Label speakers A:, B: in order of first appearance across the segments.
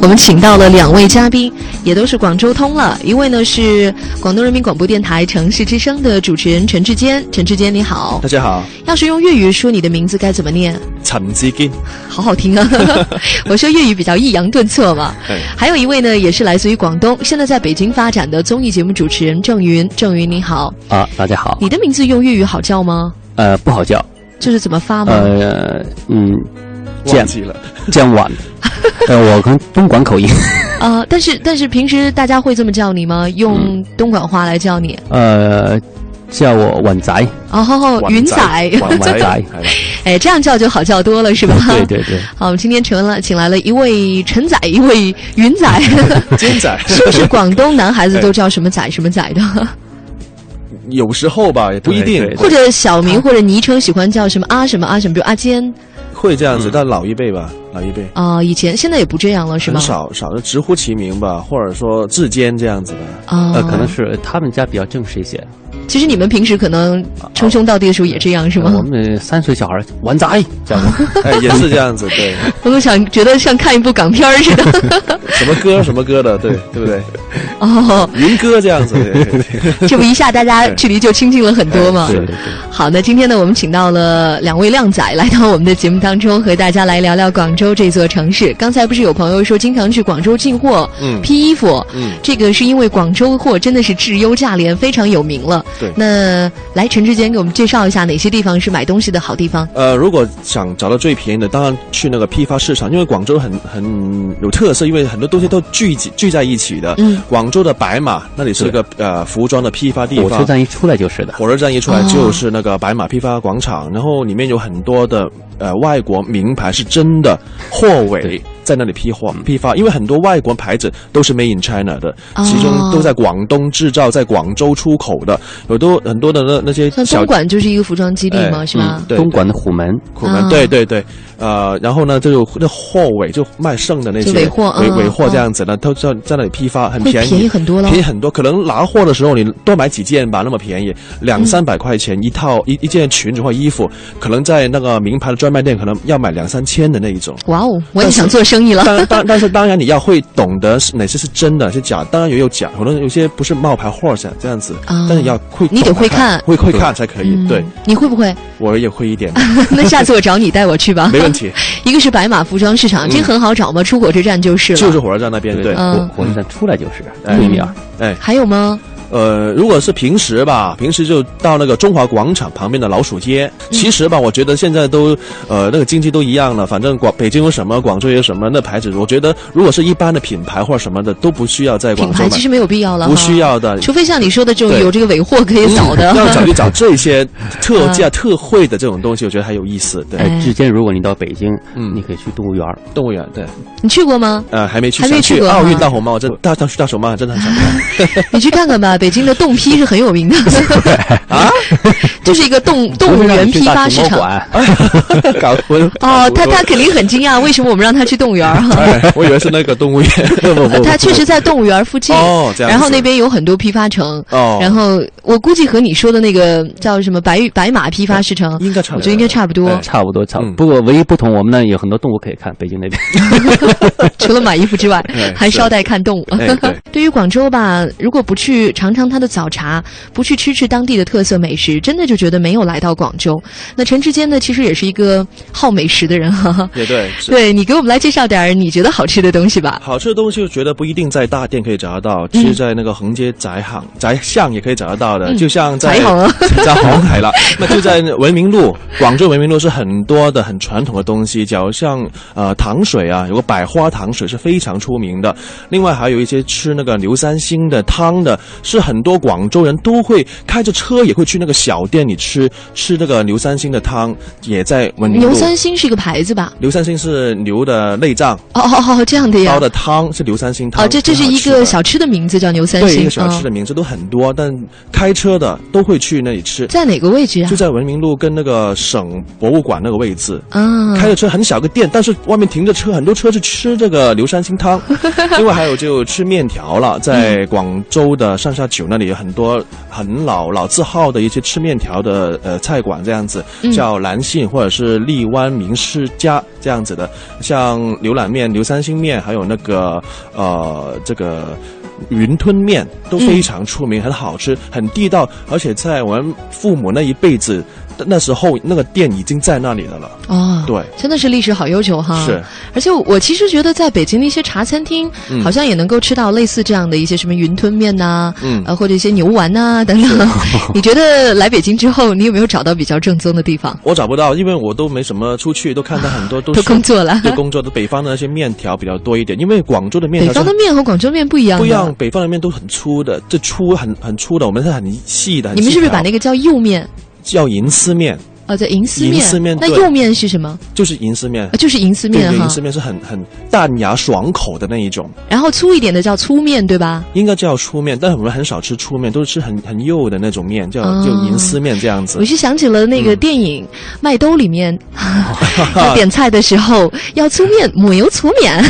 A: 我们请到了两位嘉宾，也都是广州通了。一位呢是广东人民广播电台城市之声的主持人陈志坚，陈志坚你好
B: 大。家好，
A: 要是用粤语说你的名字该怎么念？
B: 陈志坚，
A: 好好听啊！我说粤语比较抑扬顿挫嘛。
B: 对
A: 还有一位呢，也是来自于广东，现在在北京发展的综艺节目主持人郑云。郑云你好，
C: 啊，大家好，
A: 你的名字用粤语好叫吗？
C: 呃，不好叫，
A: 就是怎么发吗？
C: 呃，嗯，
B: 忘记了，
C: 叫晚，呃，我跟东 莞口音，
A: 呃，但是但是平时大家会这么叫你吗？用东莞话来叫你？
C: 呃，叫我 晚仔，
A: 哦，云仔，
B: 晚
C: 晚
B: 仔，
C: 仔，
A: 哎，这样叫就好叫多了，是吧？
C: 对对对，
A: 好，我们今天请了请来了一位陈仔，一位云 仔，
B: 坚仔，
A: 是不是广东男孩子
C: 哎
A: 都叫什么仔什么仔的？
B: 有时候吧，也不一定
C: 对 对啊
A: 或者小名或者昵称喜欢叫什么啊什么啊什么，比如阿坚
B: 会这样子，但老一辈吧，老一辈
A: 啊、以前现在也不这样了，是
B: 很
A: 吗？
B: 少少的直呼其名吧，或者说志坚这样子吧。
A: 啊、
C: 呃，可能是他们家比较正式一些，
A: 其实你们平时可能称兄道弟的时候也这样，是
C: 啊呃我
A: 吗？
C: 们三岁小孩儿晚仔这样的，
B: 哎，也是这样子，对，
A: 我都想觉得像看一部港片儿似 的。
B: 什么歌什么歌的，对对不对？
A: 哦，
B: 云歌这样子，对对对
A: 这不一下大家距离就亲近了很多嘛。
C: 对对对，
A: 好，那今天呢，我们请到了两位靓仔来到我们的节目当中，和大家来聊聊广州这座城市。刚才不是有朋友说经常去广州进货、
B: 嗯
A: 批衣服，
B: 嗯
A: 这个是因为广州货真的是质优价廉，非常有名了。
B: 对
A: 那来陈志坚给我们介绍一下哪些地方是买东西的好地方？
B: 呃，如果想找到最便宜的，当然去那个批发市场，因为广州很很有特色，因为很多东西都聚集聚在一起的。
A: 嗯
B: 广州的白马那里是个呃服装的批发地方，
C: 火车站一出来就是的，
B: 火车站一出来
A: 哦
B: 就是那个白马批发广场，然后里面有很多的呃外国名牌是真的货尾
C: 对
B: 在那里批货批发，因为很多外国牌子都是 made in China 的，其中
A: 哦
B: 都在广东制造，在广州出口的，有多很多的那那些
A: 像
B: 小
A: 东莞就是一个服装基地嘛，
B: 哎
A: 是吧？
B: 对
C: 东莞的虎门，
B: 苦门，
A: 啊
B: 对对对，呃，然后呢，就有那货尾就卖剩的那些
A: 就尾货
B: 尾
A: 嗯
B: 尾货这样子呢，都在在那里批发，很
A: 会
B: 便宜，
A: 便宜很多咯
B: 便宜很多。可能拿货的时候你多买几件吧，那么便宜，
A: 嗯
B: 两三百块钱一套一一件裙子或衣服，可能在那个名牌的专卖店可能要买两三千的那 一种。
A: 哇哦，我也想做生意了。
B: 当当但是当然你要会懂得是哪些是真的，哪些假，当然也有假，可能有些不是冒牌货这样这样子，
A: 啊
B: 但是要会
A: 你得
B: 懂
A: 会
B: 看，
A: 看
B: 会会看才可以。
A: 嗯
B: 对，
A: 你会不 会？
B: 我也会一点，
A: 那下次我找你带我去吧。
B: 没问。题，嗯
A: 一个 是白马服装市场，这个很好找嘛，出火车站就是了。
B: 就是火车站那边对。
A: 嗯
C: 火火车站出来就是
B: 哎
C: 对面儿，
B: 哎，
A: 还有吗？
B: 呃，如果是平时吧，平时就到那个中华广场旁边的老鼠街。
A: 嗯
B: 其实吧，我觉得现在都呃那个经济都一样了，反正广北京有什么，广州有什么，那牌子，我觉得如果是一般的品牌或者什么的，都不需要在
A: 品
B: 广州
A: 牌其实
B: 买，
A: 没有必要了，
B: 不需。要的。
A: 除非像你说的这种
B: 对
A: 有这个尾货可以找的，
B: 嗯 要找就找这些特价、特惠的这种东西，我觉得还有意思。对，
A: 哎
C: 哎，之间如果你到北京，
B: 嗯
C: 你可以去动物园儿，
B: 动物园对，
A: 你去过吗？
B: 呃，还没去，
A: 还没
B: 想
A: 去
B: 去
A: 过
B: 奥运
A: 哈
B: 大红帽，真大大大熊猫真的很想看。
A: 你去看看 吧，北京的冻批是很有名的啊， 就是一个动动物
C: 不是让
A: 园
C: 你去
A: 批
C: 大
A: 发
C: 熊
A: 市
C: 猫
A: 场。嗯
C: 馆
B: 搞混
A: 哦，他他肯定很惊讶，为什么我们让他去动物园儿 哈？
B: 哎，我以为是那个动物园， 不不不不，
A: 他确实在动物园儿附近，
B: 哦这样子
A: 然后那边有很多批发城，
B: 哦，
A: 然后我估计和你说的那个叫什么白玉白马批发市场，
B: 应该差
A: 我
B: 不多
A: 觉得应该差不多
B: 哎，
C: 啊差不多差不
B: 嗯
C: 多，不过唯一不同，我们那有很多动物可以看，北京那边。
A: 除了买衣服之外
B: 哎，
A: 还
B: 是
A: 捎带看动物。
B: 哎对
A: 对于广州吧，如果不去尝尝它的早茶，不去吃吃当地的特色美食，真的就觉得没有来到广州。那陈志坚呢，其实也是一个好美食的人 哈哈。
B: 也对，是
A: 对你给我们来介绍点儿你觉得好吃的东西吧。
B: 好吃的东西，我觉得不一定在大店可以找得
A: 嗯
B: 到，其实在那个横街窄巷、窄巷也可以找得到的。就像在
A: 嗯窄巷啊
B: 在红海了，那就在文明路，广州文明路是很多的很传统的东西，假如像呃糖水啊，有个百花糖水是非常出名的。另外还有一些吃那个牛三星的汤的，是很多广州人都会开着车也会去那个小店里吃吃那个牛三星的汤，也在文明路。
A: 牛三星是一个牌子吧？
B: 牛三星是牛的内脏，
A: 哦哦哦，这样的呀
B: 煲。的汤是牛三星汤。
A: 哦，这这是一
B: 挺好吃
A: 个
B: 的
A: 小吃的名字叫牛三
B: 对一
A: 星
B: 个小吃的
A: 哦
B: 名字都很多，但开车的都会去那里吃，
A: 在哪个位置啊
B: 就？在文明路跟那个省博物馆那个位置。
A: 啊，
B: 开着车很小个店，但是外面停着车，很多车是吃这个牛三星汤。另外还有就吃面条了，在广州的上下下酒那里有很多很老老字号的一些吃面条的呃菜馆这样子
A: 嗯，
B: 叫兰信或者是荔湾名师家这样子的，像牛腩面、牛三星面，还有那个呃这个。云吞面都非常出名，很好吃，很地道，而且在我们父母那一辈子，那时候那个店已经在那里的了。
A: 哦，
B: 对，
A: 真的是历史好悠久哈。
B: 是，
A: 而且我其实觉得在北京的一些茶餐厅，
B: 嗯
A: 好像也能够吃到类似这样的一些什么云吞面呐、
B: 嗯
A: 呃，或者一些牛丸呐、等等。 你觉得来北京之后，你有没有找到比较正宗的地方？
B: 我找不到，因为我都没什么出去，都看到很多都
A: 都
B: 是
A: 工作了，
B: 对工作的北方的那些面条比较多一点，因为广州的
A: 北
B: 面条是
A: 方的面和广州面不一样的。
B: 不一样，北方的面都很粗的，这粗很很粗的，我们是很细的。很
A: 你们是不是
B: 细条
A: 把那个叫釉面？
B: 叫银丝面？
A: 哦，叫银丝
B: 银
A: 面。
B: 丝面
A: 那
B: 对
A: 釉面是什么？
B: 就是银丝面
A: 啊，，就是银丝
B: 对
A: 面
B: 对，
A: 哈
B: 银。丝面是很很淡雅爽口的那一种，
A: 然后粗一点的叫粗面，对吧？
B: 应该叫粗面，但是我们很少吃粗面，都是吃很很幼的那种面，叫
A: 哦
B: 就银丝面这样子
A: 我。是想起了
B: 嗯
A: 那个电影《麦兜》里 面，要点菜的时候要粗面，抹油粗 面。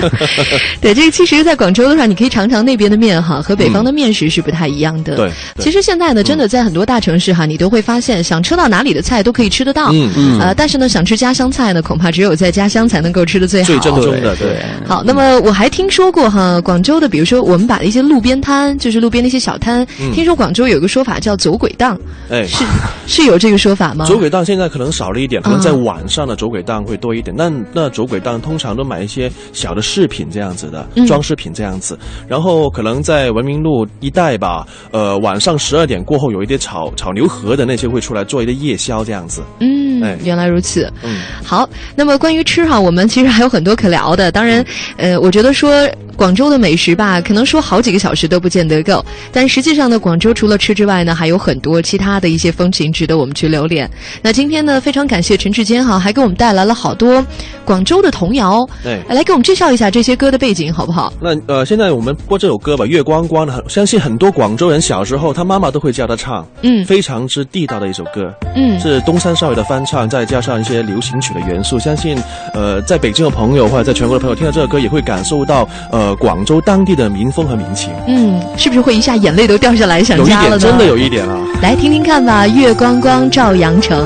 A: 对，这个其实，在广州的话，你可以尝尝那边的面哈，和北方的面食是不太一样的。
B: 嗯对，对
A: 其实现在呢，真的在很多大城市哈，你都会发现，想吃到哪里的菜都可以吃得到。
B: 嗯嗯，
A: 呃，但是呢，想吃家乡菜呢，恐怕只有在家乡才能够吃的最好。
B: 最正宗的对。
A: 好，那么我还听说过哈，广州的，比如说我们把一些路边摊，就是路边的一些小摊，
B: 嗯
A: 听说广州有个说法叫走鬼档，
B: 哎，
A: 是是有这个说法吗？
B: 走鬼档现在可能少了一点，可能
A: 啊
B: 在晚上的走鬼档会多一点。那那走鬼档通常都买一些小的饰品这样子的
A: 嗯，
B: 装饰品这样子。然后可能在文明路一带吧，呃，晚上十二点过后有一些炒炒牛河的那些会出来做一个夜宵这样子。
A: 嗯，
B: 哎
A: 原来如此。
B: 嗯，
A: 好，那么关于吃哈，我们其实还有很多可聊的。当然，
B: 嗯
A: 呃，我觉得说广州的美食吧，可能说好几个小时都不见得够。但实际上呢，广州除了吃之外呢，还有很多其他的一些风情值得我们去留恋。那今天呢，非常感谢陈志坚哈，还给我们带来了好多广州的童谣，
B: 对。
A: 来给我们介绍一下这些歌的背景好不好？
B: 那呃，现在我们播这首歌吧，《月光光》的，相信很多广州人小时候他妈妈都会教他唱，
A: 嗯
B: 非常之地道的一首歌。
A: 嗯，
B: 是东山少爷的翻唱，再加上一些流行曲的元素，相信呃，在北京的朋友或者在全国的朋友听到这首歌，也会感受到呃广州当地的民风和民情，
A: 嗯，是不是会一下眼泪都掉下来，想
B: 有一
A: 家了呢？
B: 点真的有一点啊。
A: 来听听看吧，《月光光照阳城》。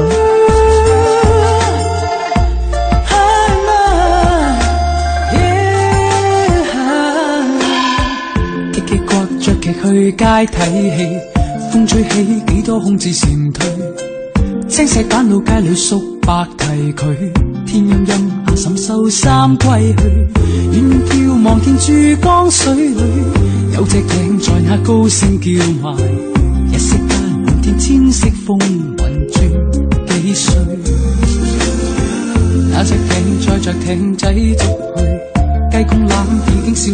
D: 激激割着劇去街睇戲，風吹起幾多空置蟬退。青石板老街裏叔伯提佢，天陰陰阿嬸收衫歸去。遠遠眺望見珠江水裏有隻影在那高聲叫賣，一息間滿天千色風雲轉幾歲。那隻艇載着艇仔逐去，雞公欖已經消